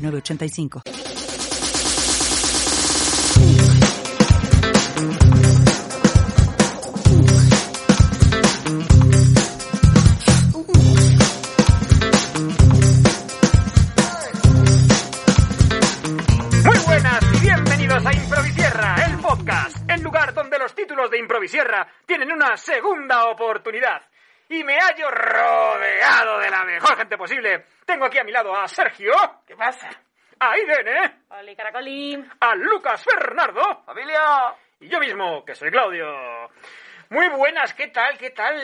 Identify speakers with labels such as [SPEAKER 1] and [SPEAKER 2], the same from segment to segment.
[SPEAKER 1] 985.
[SPEAKER 2] Muy buenas y bienvenidos a Improvisierra, el podcast, el lugar donde los títulos de Improvisierra tienen una segunda oportunidad. Y me hallo rodeado de la mejor gente posible. Tengo aquí a mi lado a Sergio. ¿Qué pasa? A Irene.
[SPEAKER 3] Oli, caracolín.
[SPEAKER 2] A Lucas Fernardo. Familia. Y yo mismo, que soy Claudio. Muy buenas, ¿qué tal? ¿Qué tal?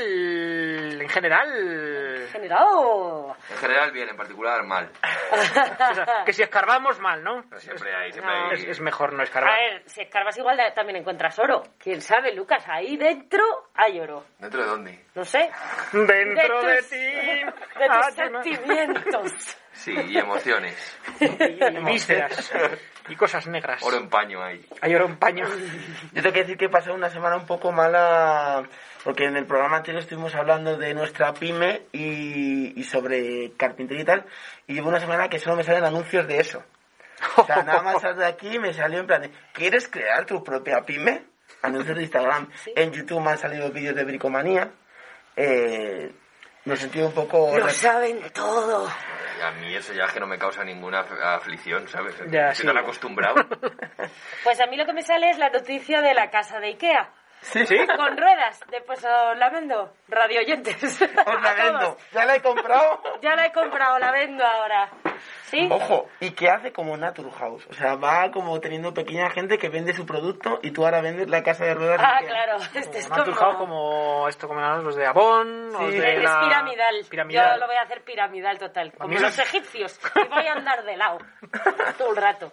[SPEAKER 2] En general.
[SPEAKER 3] Generado.
[SPEAKER 4] En general bien, en particular mal.
[SPEAKER 2] O sea, que si escarbamos mal, ¿no?
[SPEAKER 4] Pero siempre hay, siempre
[SPEAKER 3] No.
[SPEAKER 4] hay.
[SPEAKER 2] Es, es mejor no
[SPEAKER 3] A
[SPEAKER 2] escarbar.
[SPEAKER 3] ver, si escarbas igual da- también encuentras oro. Quién sabe, Lucas, ahí dentro hay oro.
[SPEAKER 4] ¿Dentro de dónde?
[SPEAKER 3] No sé.
[SPEAKER 2] Dentro de,
[SPEAKER 3] tus-
[SPEAKER 2] ti.
[SPEAKER 3] De
[SPEAKER 2] Ah,
[SPEAKER 3] tus
[SPEAKER 2] qué ma-
[SPEAKER 3] sentimientos.
[SPEAKER 4] Sí, y emociones.
[SPEAKER 2] y vísceras. Y cosas negras.
[SPEAKER 4] Oro en paño ahí.
[SPEAKER 2] Hay oro en paño.
[SPEAKER 5] Yo tengo que decir que pasé una semana un poco mala, porque en el programa anterior estuvimos hablando de nuestra pyme y, y sobre carpintería y tal, y llevo una semana que solo me salen anuncios de eso. O sea, nada más salir de aquí me salió en plan, de, ¿quieres crear tu propia pyme? Anuncios de Instagram. En YouTube me han salido vídeos de bricomanía. Eh, me he sentido un poco...
[SPEAKER 3] Lo saben todo.
[SPEAKER 4] Y A mí eso ya es que no me causa ninguna af- aflicción, ¿sabes?
[SPEAKER 2] Ya,
[SPEAKER 4] Estoy
[SPEAKER 2] sí.
[SPEAKER 4] tan acostumbrado.
[SPEAKER 3] Pues a mí lo que me sale es la noticia de la casa de Ikea.
[SPEAKER 5] Sí, sí.
[SPEAKER 3] Con ruedas. Después os la vendo. Radio oyentes.
[SPEAKER 5] Os la
[SPEAKER 3] A todos.
[SPEAKER 5] vendo. Ya la he comprado.
[SPEAKER 3] Ya la he comprado, la vendo ahora. ¿Sí?
[SPEAKER 5] Ojo, y que hace como Naturhaus. O sea, va como teniendo pequeña gente que vende su producto y tú ahora vendes la casa de ruedas.
[SPEAKER 3] Ah,
[SPEAKER 5] que-
[SPEAKER 3] claro. Este es
[SPEAKER 2] Me han tujado como esto, como eran los de Avon, los
[SPEAKER 5] Sí.
[SPEAKER 2] de
[SPEAKER 3] Es
[SPEAKER 2] la-
[SPEAKER 3] piramidal. Yo
[SPEAKER 2] piramidal.
[SPEAKER 3] lo voy a hacer piramidal total, como
[SPEAKER 2] mí
[SPEAKER 3] los
[SPEAKER 2] me-
[SPEAKER 3] egipcios. Y voy a andar de lado todo el rato.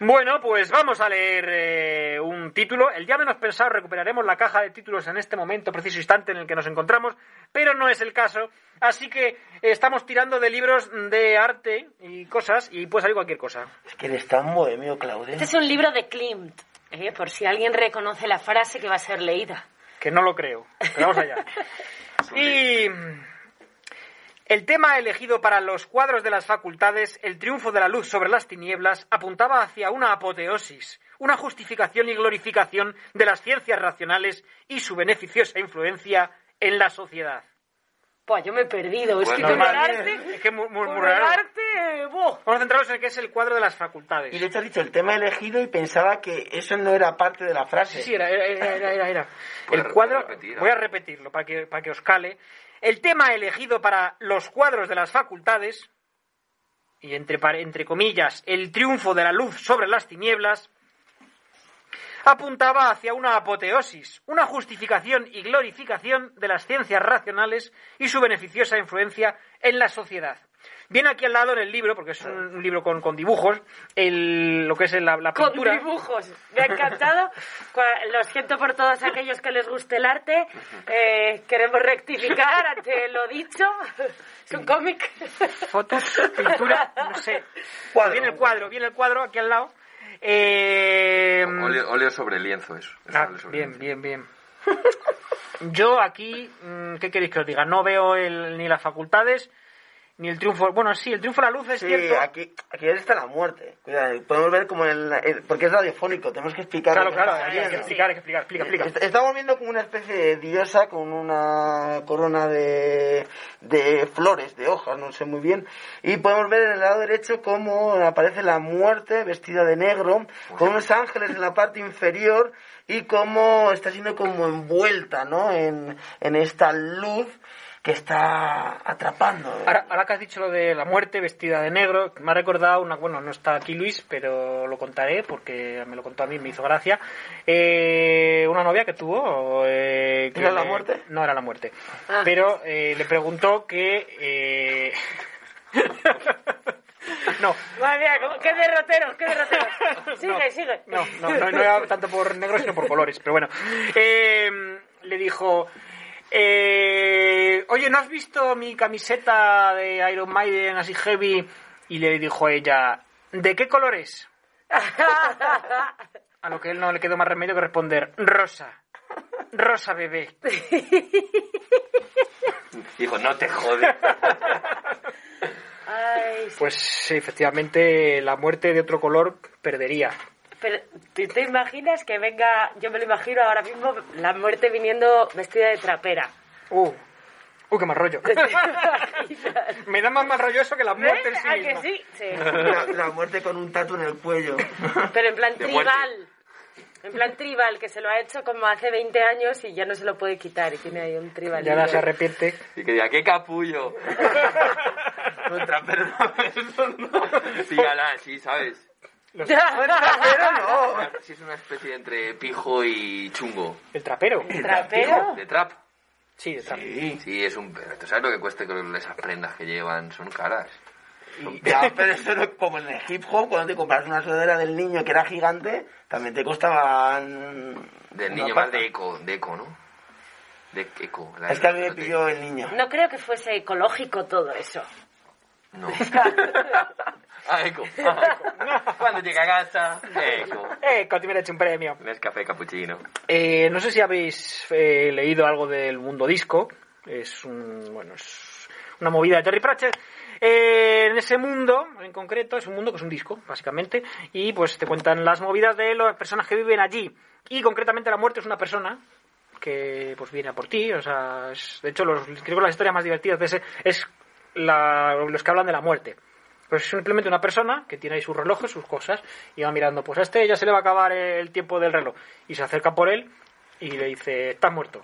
[SPEAKER 2] Bueno, pues vamos a leer eh, un título. El ya menos pensado recuperaremos la caja de títulos en este momento, preciso instante en el que nos encontramos, pero no es el caso. Así que eh, estamos tirando de libros de arte y cosas, y puede salir cualquier cosa.
[SPEAKER 5] Es que eres tan bohemio, Claudia.
[SPEAKER 3] Este es un libro de Klimt, ¿eh? por si alguien reconoce la frase que va a ser leída.
[SPEAKER 2] Que no lo creo. Pero vamos allá. y mm, el tema elegido para los cuadros de las facultades, el triunfo de la luz sobre las tinieblas, apuntaba hacia una apoteosis, una justificación y glorificación de las ciencias racionales y su beneficiosa influencia en la sociedad.
[SPEAKER 3] Pues yo me he perdido. Es que
[SPEAKER 4] Bueno,
[SPEAKER 3] con el
[SPEAKER 2] normal.
[SPEAKER 3] arte...
[SPEAKER 2] Es que mu- mu-
[SPEAKER 3] con
[SPEAKER 2] muy
[SPEAKER 3] el
[SPEAKER 2] raro.
[SPEAKER 3] arte, eh, buh.
[SPEAKER 2] Vamos a centrarnos en el que es el cuadro de las facultades.
[SPEAKER 5] Y de hecho has dicho el tema elegido y pensaba que eso no era parte de la frase.
[SPEAKER 2] Sí, sí, era, era, era, era, era, era.
[SPEAKER 4] Puedes
[SPEAKER 2] El cuadro,
[SPEAKER 4] repetir, ¿no?
[SPEAKER 2] voy a repetirlo para que, para que os cale. El tema elegido para los cuadros de las facultades, y entre, par- entre comillas, el triunfo de la luz sobre las tinieblas, apuntaba hacia una apoteosis, una justificación y glorificación de las ciencias racionales y su beneficiosa influencia en la sociedad. Viene aquí al lado en el libro, porque es un, un libro con, con dibujos, el, lo que es la, la
[SPEAKER 3] Con
[SPEAKER 2] pintura.
[SPEAKER 3] dibujos. Me ha encantado. Cua- Lo siento por todos aquellos que les guste el arte. Eh, queremos rectificar ante lo dicho. Es un cómic.
[SPEAKER 2] fotos, pintura, no sé.
[SPEAKER 5] Cuadro.
[SPEAKER 2] Viene el cuadro, viene el cuadro aquí al lado. Eh,
[SPEAKER 4] Óleo, óleo sobre lienzo eso. Es
[SPEAKER 2] ah,
[SPEAKER 4] óleo sobre
[SPEAKER 2] bien, bien,
[SPEAKER 4] lienzo.
[SPEAKER 2] bien. Yo aquí, mm, ¿qué queréis que os diga? No veo el- ni las facultades, ni el triunfo. Bueno, sí, el triunfo de la luz es
[SPEAKER 5] Sí,
[SPEAKER 2] cierto.
[SPEAKER 5] aquí, aquí está la muerte. Cuidado, podemos ver como en la- el- porque es radiofónico, tenemos que explicar.
[SPEAKER 2] Claro,
[SPEAKER 5] lo que
[SPEAKER 2] claro,
[SPEAKER 5] está
[SPEAKER 2] hay que
[SPEAKER 5] saliendo.
[SPEAKER 2] explicar, hay que explicar, explica, explica.
[SPEAKER 5] Est- Estamos viendo como una especie de diosa con una corona de, de flores, de hojas, no sé muy bien. Y podemos ver en el lado derecho cómo aparece la muerte vestida de negro, con unos ángeles en la parte inferior y cómo está siendo como envuelta ¿no? en, en esta luz que está atrapando. ¿eh?
[SPEAKER 2] Ahora, ahora que has dicho lo de la muerte vestida de negro, me ha recordado una. Bueno, no está aquí Luis, pero lo contaré porque me lo contó a mí, me hizo gracia. Eh, una novia que tuvo. eh, que
[SPEAKER 5] ¿Era la
[SPEAKER 2] le-
[SPEAKER 5] muerte?
[SPEAKER 2] No era la muerte.
[SPEAKER 3] Ah.
[SPEAKER 2] Pero eh, le preguntó que. eh, No.
[SPEAKER 3] Madre mía, cómo- qué derroteros, qué derroteros. Sigue,
[SPEAKER 2] No,
[SPEAKER 3] sigue.
[SPEAKER 2] No, no, no, no era tanto por negros sino por colores, pero bueno. Eh, le dijo, eh, oye, ¿no has visto mi camiseta de Iron Maiden así heavy? Y le dijo ella, ¿de qué color es? A lo que él no le quedó más remedio que responder, rosa. Rosa bebé.
[SPEAKER 4] Dijo, no te jodes.
[SPEAKER 3] Ay, sí.
[SPEAKER 2] Pues sí, efectivamente la muerte de otro color perdería.
[SPEAKER 3] Pero, ¿tú te imaginas que venga, yo me lo imagino ahora mismo, la muerte viniendo vestida de trapera?
[SPEAKER 2] Uh, uh, qué mal rollo.
[SPEAKER 3] ¿Te imaginas?
[SPEAKER 2] Me da más mal rollo eso que la muerte en
[SPEAKER 3] ¿Ves?
[SPEAKER 2] sí
[SPEAKER 3] ¿Eh? ¿A que
[SPEAKER 2] misma.
[SPEAKER 3] sí? Sí.
[SPEAKER 5] La, la muerte con un tatu en el cuello.
[SPEAKER 3] Pero en plan
[SPEAKER 4] De muerte.
[SPEAKER 3] tribal. En plan tribal, que se lo ha hecho como hace 20 años y ya no se lo puede quitar. Y tiene ahí un tribal.
[SPEAKER 2] Y ahora se arrepiente.
[SPEAKER 4] Y que diga, qué capullo.
[SPEAKER 5] Contra, pero eso no.
[SPEAKER 4] Dígala así, ¿sabes?
[SPEAKER 2] Los-
[SPEAKER 5] Pero no.
[SPEAKER 4] Si es una especie de entre pijo y chungo.
[SPEAKER 2] El trapero.
[SPEAKER 3] ¿Trapero?
[SPEAKER 4] De trap.
[SPEAKER 2] Sí, el trapero.
[SPEAKER 4] Sí, es un... pero ¿Tú sabes lo que cuesta con esas prendas que llevan? Son caras.
[SPEAKER 5] Ya, pero eso no es como en el hip hop, cuando te compras una sudadera del niño que era gigante, también te costaban...
[SPEAKER 4] Del
[SPEAKER 5] una
[SPEAKER 4] niño más
[SPEAKER 5] pasta.
[SPEAKER 4] de eco, de eco, ¿no? De eco. la-
[SPEAKER 5] Es que a mí me
[SPEAKER 4] no te-
[SPEAKER 5] pidió el niño.
[SPEAKER 3] No creo que fuese ecológico todo eso.
[SPEAKER 4] No. ah, eco. Ah, eco. Cuando llega a casa, eco.
[SPEAKER 2] Eh, Coti, me he hecho un premio.
[SPEAKER 4] Es café capuchino.
[SPEAKER 2] Eh, no sé si habéis eh, leído algo del mundo disco. Es un, bueno, es una movida de Terry Pratchett. Eh, en ese mundo, en concreto, es un mundo que es un disco, básicamente, y pues te cuentan las movidas de las personas que viven allí. Y concretamente la muerte es una persona que pues viene a por ti. O sea, es- de hecho, los, creo que las historias más divertidas de ese es la- los que hablan de la muerte. Pues es simplemente una persona que tiene ahí sus relojes, sus cosas, y va mirando, pues a este ya se le va a acabar el tiempo del reloj. Y se acerca por él y le dice, estás muerto.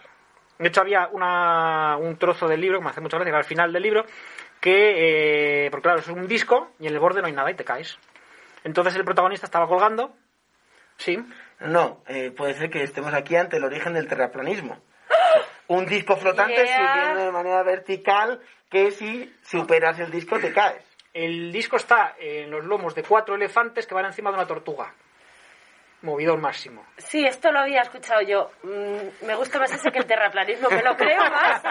[SPEAKER 2] De hecho, había una, un trozo del libro, que me hace muchas gracia, que era al final del libro, que, eh, porque claro, es un disco y en el borde no hay nada y te caes. Entonces el protagonista estaba colgando, sí,
[SPEAKER 5] No, eh, puede ser que estemos aquí ante el origen del terraplanismo.
[SPEAKER 4] ¡Ah!
[SPEAKER 5] Un disco flotante
[SPEAKER 3] Yeah.
[SPEAKER 5] subiendo de manera vertical que si superas el disco te caes.
[SPEAKER 2] El disco está en los lomos de cuatro elefantes que van encima de una tortuga. Movido al máximo.
[SPEAKER 3] Sí, esto lo había escuchado yo. Mm, me gusta más ese que el terraplanismo, me lo creo más.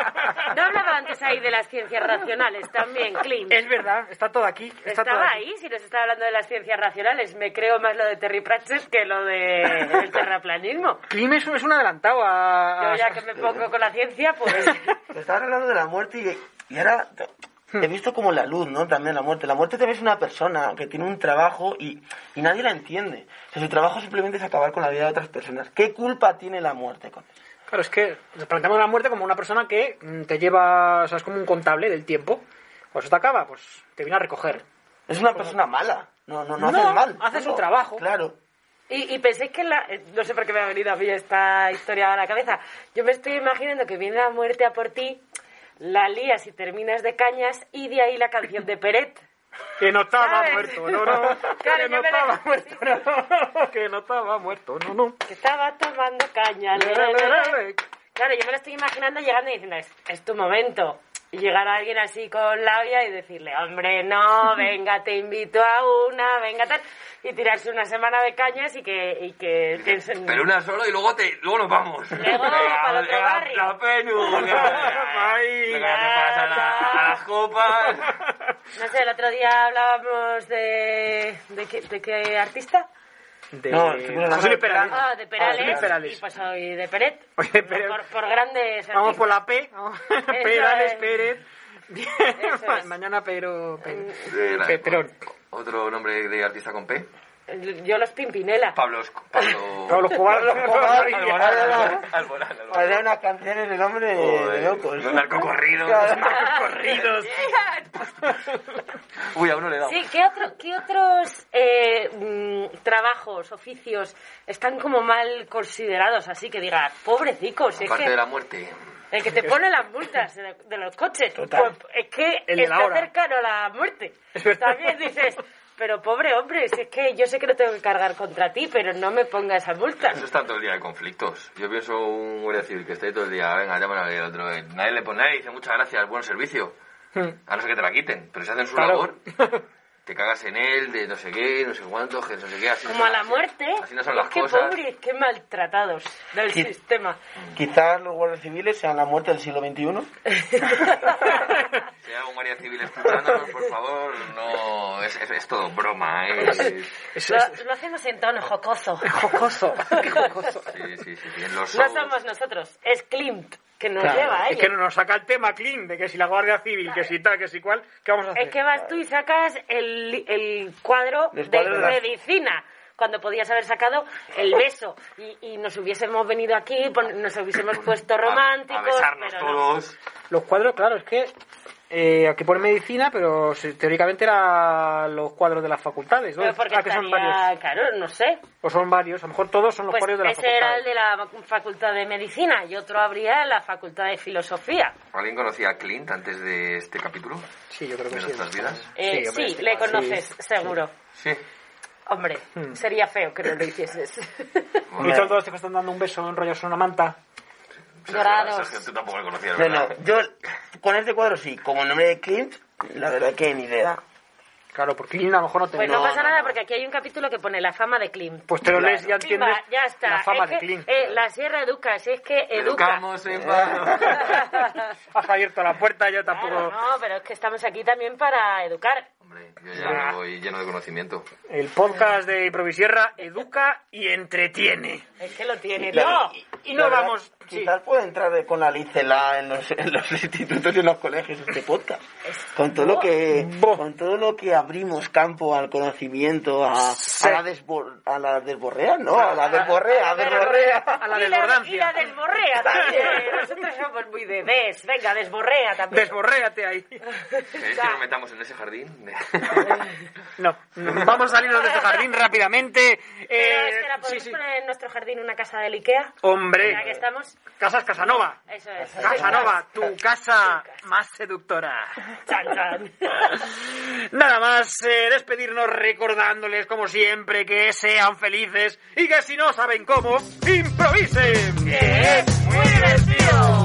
[SPEAKER 3] No hablaba antes ahí de las ciencias racionales también, Clint.
[SPEAKER 2] Es verdad, está todo aquí. Está todo
[SPEAKER 3] Estaba
[SPEAKER 2] aquí.
[SPEAKER 3] ahí, si nos está hablando de las ciencias racionales. Me creo más lo de Terry Pratchett que lo de el terraplanismo.
[SPEAKER 2] Klim es, es un adelantado a...
[SPEAKER 3] Yo ya que me pongo con la ciencia, pues...
[SPEAKER 5] Te estabas hablando de la muerte y, y ahora te- he visto como la luz, ¿no? También la muerte. La muerte te ves una persona que tiene un trabajo y, y nadie la entiende. O sea, su trabajo simplemente es acabar con la vida de otras personas. ¿Qué culpa tiene la muerte con eso?
[SPEAKER 2] Claro, es que nos planteamos la muerte como una persona que mm, te lleva... O sea, es como un contable del tiempo. Cuando eso te acaba, pues te viene a recoger.
[SPEAKER 5] Es una persona mala. No, no, no,
[SPEAKER 2] No,
[SPEAKER 5] haces mal.
[SPEAKER 2] hace su
[SPEAKER 5] No,
[SPEAKER 2] trabajo.
[SPEAKER 5] Claro.
[SPEAKER 3] Y, y penséis que la... eh, No sé por qué me ha venido a mí esta historia a la cabeza. Yo me estoy imaginando que viene la muerte a por ti, la lías y terminas de cañas, y de ahí la canción de Peret.
[SPEAKER 2] Que no estaba
[SPEAKER 3] ¿Sabes?
[SPEAKER 2] muerto, no, no.
[SPEAKER 3] Claro,
[SPEAKER 2] que no
[SPEAKER 3] yo me la-
[SPEAKER 2] estaba muerto, no, no. Que no estaba muerto, no, no.
[SPEAKER 3] Que estaba tomando caña. le, le, le, le. Claro, yo me lo estoy imaginando llegando y diciendo, es, es tu momento. Y llegar a alguien así con labia y decirle, hombre, no, venga, te invito a una, venga, tal. Y tirarse una semana de cañas y que, y que piensen...
[SPEAKER 4] Pero una solo y luego te luego nos vamos.
[SPEAKER 3] Luego para el otro
[SPEAKER 4] la-
[SPEAKER 3] barrio.
[SPEAKER 4] La penu.
[SPEAKER 2] Ay.
[SPEAKER 4] Venga, te pasa la- a las copas.
[SPEAKER 3] No sé, el otro día hablábamos de... ¿De qué, de qué artista?
[SPEAKER 2] De...
[SPEAKER 5] No, seguro no.
[SPEAKER 2] José Luis Perales.
[SPEAKER 3] Ah, de Perales.
[SPEAKER 2] Luis Perales.
[SPEAKER 3] Y pues hoy de Peret.
[SPEAKER 2] Oye, pero-
[SPEAKER 3] Por, por grandes
[SPEAKER 2] Vamos
[SPEAKER 3] artistas.
[SPEAKER 2] por la P. vamos. Perales,
[SPEAKER 3] es.
[SPEAKER 2] Pérez.
[SPEAKER 3] Eso es. Mm,
[SPEAKER 2] Mañana pero... pero-
[SPEAKER 4] Eh, la-
[SPEAKER 2] Petrón.
[SPEAKER 4] Otro nombre de artista con P.
[SPEAKER 3] Yo los Pimpinela.
[SPEAKER 4] Pablo. Esco- Pablo.
[SPEAKER 2] Pablo Escobar.
[SPEAKER 5] Escobar.
[SPEAKER 4] Alborán, Alborán, Alborán, Alborán.
[SPEAKER 5] Habrá unas canciones de nombre de, de
[SPEAKER 4] Joder,
[SPEAKER 5] locos.
[SPEAKER 4] Los narcocorridos.
[SPEAKER 5] Claro.
[SPEAKER 4] narcocorridos. Uy, a uno le he dado.
[SPEAKER 3] Sí, ¿qué, otro- qué otros eh, mm, trabajos, oficios están como mal considerados? Así que digas, pobrecicos, si es
[SPEAKER 4] Aparte
[SPEAKER 3] que
[SPEAKER 4] de la muerte.
[SPEAKER 3] el que te pone las multas de, de los coches,
[SPEAKER 5] Total.
[SPEAKER 3] pues, es que
[SPEAKER 2] El de la
[SPEAKER 3] está
[SPEAKER 2] hora.
[SPEAKER 3] cercano a la muerte. También dices, pero pobre hombre, si es que yo sé que no tengo que cargar contra ti, pero no me pongas esa multa.
[SPEAKER 4] Eso está todo el día de conflictos. Yo pienso un guardia civil que esté todo el día, venga, llámame al otro. eh, Nadie le pone, nadie dice muchas gracias, buen servicio. A no ser que te la quiten, pero si hacen su
[SPEAKER 2] Claro.
[SPEAKER 4] labor, te cagas en él, de no sé qué, no sé cuánto, que no sé qué. Así no
[SPEAKER 3] Como a
[SPEAKER 4] son-
[SPEAKER 3] la
[SPEAKER 4] así-
[SPEAKER 3] muerte.
[SPEAKER 4] Así no son las
[SPEAKER 3] qué
[SPEAKER 4] cosas.
[SPEAKER 3] pobres, qué maltratados del
[SPEAKER 5] Sí.
[SPEAKER 3] sistema.
[SPEAKER 5] Quizás los guardias civiles sean la muerte del siglo XXI.
[SPEAKER 4] Si hay algún guardia civil escuchándonos, por favor, no. Es, es- es todo broma, ¿eh? Sí,
[SPEAKER 2] Eso es
[SPEAKER 3] Lo, lo hacemos en tono jocoso.
[SPEAKER 2] jocoso. qué jocoso.
[SPEAKER 4] sí, sí. sí. En los
[SPEAKER 3] No
[SPEAKER 4] shows.
[SPEAKER 3] somos nosotros, es Klimt que nos
[SPEAKER 2] Claro,
[SPEAKER 3] lleva ¿eh? a
[SPEAKER 2] es
[SPEAKER 3] ello.
[SPEAKER 2] que nos saca el tema clean de que si la Guardia Civil, que si tal, que si cual, ¿qué vamos a hacer?
[SPEAKER 3] Es que vas tú y sacas el, el cuadro
[SPEAKER 5] Los
[SPEAKER 3] de
[SPEAKER 5] cuadros de las-
[SPEAKER 3] medicina, cuando podías haber sacado el beso. Y, y nos hubiésemos venido aquí, pon- nos hubiésemos puesto
[SPEAKER 4] A-
[SPEAKER 3] románticos.
[SPEAKER 4] A, besarnos
[SPEAKER 3] pero no.
[SPEAKER 4] todos.
[SPEAKER 2] Los cuadros, claro, es que eh, aquí pone medicina, pero se- teóricamente eran los cuadros de las facultades, ¿no?
[SPEAKER 3] Pero porque
[SPEAKER 2] Ah, que son
[SPEAKER 3] estaría-
[SPEAKER 2] varios.
[SPEAKER 3] claro, no sé.
[SPEAKER 2] O son varios, a lo mejor todos son los
[SPEAKER 3] Pues
[SPEAKER 2] cuadros de las
[SPEAKER 3] ese era
[SPEAKER 2] facultades.
[SPEAKER 3] el de la Facultad de Medicina y otro habría en la Facultad de Filosofía.
[SPEAKER 4] ¿Alguien conocía a Clint antes de este capítulo?
[SPEAKER 2] Sí, yo creo que
[SPEAKER 4] ¿De
[SPEAKER 2] sí.
[SPEAKER 4] nuestras vidas?
[SPEAKER 3] Eh, sí,
[SPEAKER 2] hombre, este
[SPEAKER 3] le
[SPEAKER 2] cuadro.
[SPEAKER 3] conoces,
[SPEAKER 2] Sí.
[SPEAKER 3] seguro.
[SPEAKER 4] Sí.
[SPEAKER 3] Hombre, sería feo que no lo hicieses.
[SPEAKER 2] Y todos los que están dando un beso enrollados en una manta.
[SPEAKER 3] Dorados.
[SPEAKER 4] Sergio, tú tampoco lo conocías,
[SPEAKER 5] No,
[SPEAKER 4] ¿verdad?
[SPEAKER 5] no, yo con este cuadro sí, como el nombre de Clint, la verdad que ni idea.
[SPEAKER 2] Claro, porque clean a lo mejor no te
[SPEAKER 3] Pues no,
[SPEAKER 5] No,
[SPEAKER 3] pasa
[SPEAKER 5] no,
[SPEAKER 3] nada
[SPEAKER 5] no.
[SPEAKER 3] porque aquí hay un capítulo que pone la fama de Klimt.
[SPEAKER 2] Pues te lo
[SPEAKER 5] Claro.
[SPEAKER 2] lees y ya
[SPEAKER 3] Pimba,
[SPEAKER 2] entiendes
[SPEAKER 3] ya está.
[SPEAKER 2] la fama
[SPEAKER 3] Es
[SPEAKER 2] de
[SPEAKER 3] que,
[SPEAKER 2] Clint.
[SPEAKER 3] eh, la sierra educa, si es que educa.
[SPEAKER 4] Educamos en vano.
[SPEAKER 2] Has abierto la puerta, yo tampoco...
[SPEAKER 3] Claro, no, pero es que estamos aquí también para educar.
[SPEAKER 4] Hombre, yo ya me voy lleno de conocimiento.
[SPEAKER 2] El podcast de Improvisierra educa y entretiene.
[SPEAKER 3] Es que lo tiene
[SPEAKER 5] La-
[SPEAKER 3] todo.
[SPEAKER 2] y no
[SPEAKER 5] la verdad,
[SPEAKER 2] vamos, sí.
[SPEAKER 5] Quizás puede entrar eh, con la licela en los, en los institutos y en los colegios este podcast. Con todo lo que, con todo lo que abrimos campo al conocimiento, a, a la, desbor, a la desborrea, ¿no? A la desborrea, a la desborrea.
[SPEAKER 2] A la
[SPEAKER 3] Y
[SPEAKER 2] desbordancia.
[SPEAKER 3] Y la desborrea también. Nosotros somos muy de des. Venga, desborrea también.
[SPEAKER 2] Desborréate ahí.
[SPEAKER 4] ¿Queréis que nos metamos en ese jardín?
[SPEAKER 2] No, no, vamos a salirnos de este jardín rápidamente.
[SPEAKER 3] Pero
[SPEAKER 2] Eh,
[SPEAKER 3] es que la
[SPEAKER 2] sí,
[SPEAKER 3] podemos
[SPEAKER 2] sí.
[SPEAKER 3] poner en nuestro jardín una casa del Ikea.
[SPEAKER 2] Hombre,
[SPEAKER 3] Ya que estamos.
[SPEAKER 2] Casas Casanova.
[SPEAKER 3] Eso es.
[SPEAKER 2] Casanova, tu casa más seductora.
[SPEAKER 3] Chan, chan.
[SPEAKER 2] Nada más eh, despedirnos recordándoles, como siempre, que sean felices y que si no saben cómo, improvisen.
[SPEAKER 3] es muy divertido.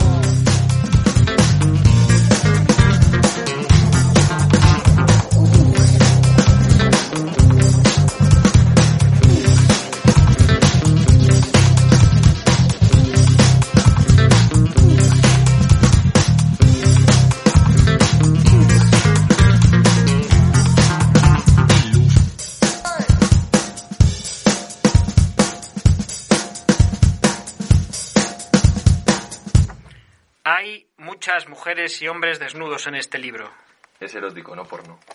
[SPEAKER 2] Hay muchas mujeres y hombres desnudos en este libro. este
[SPEAKER 4] es erótico, no porno.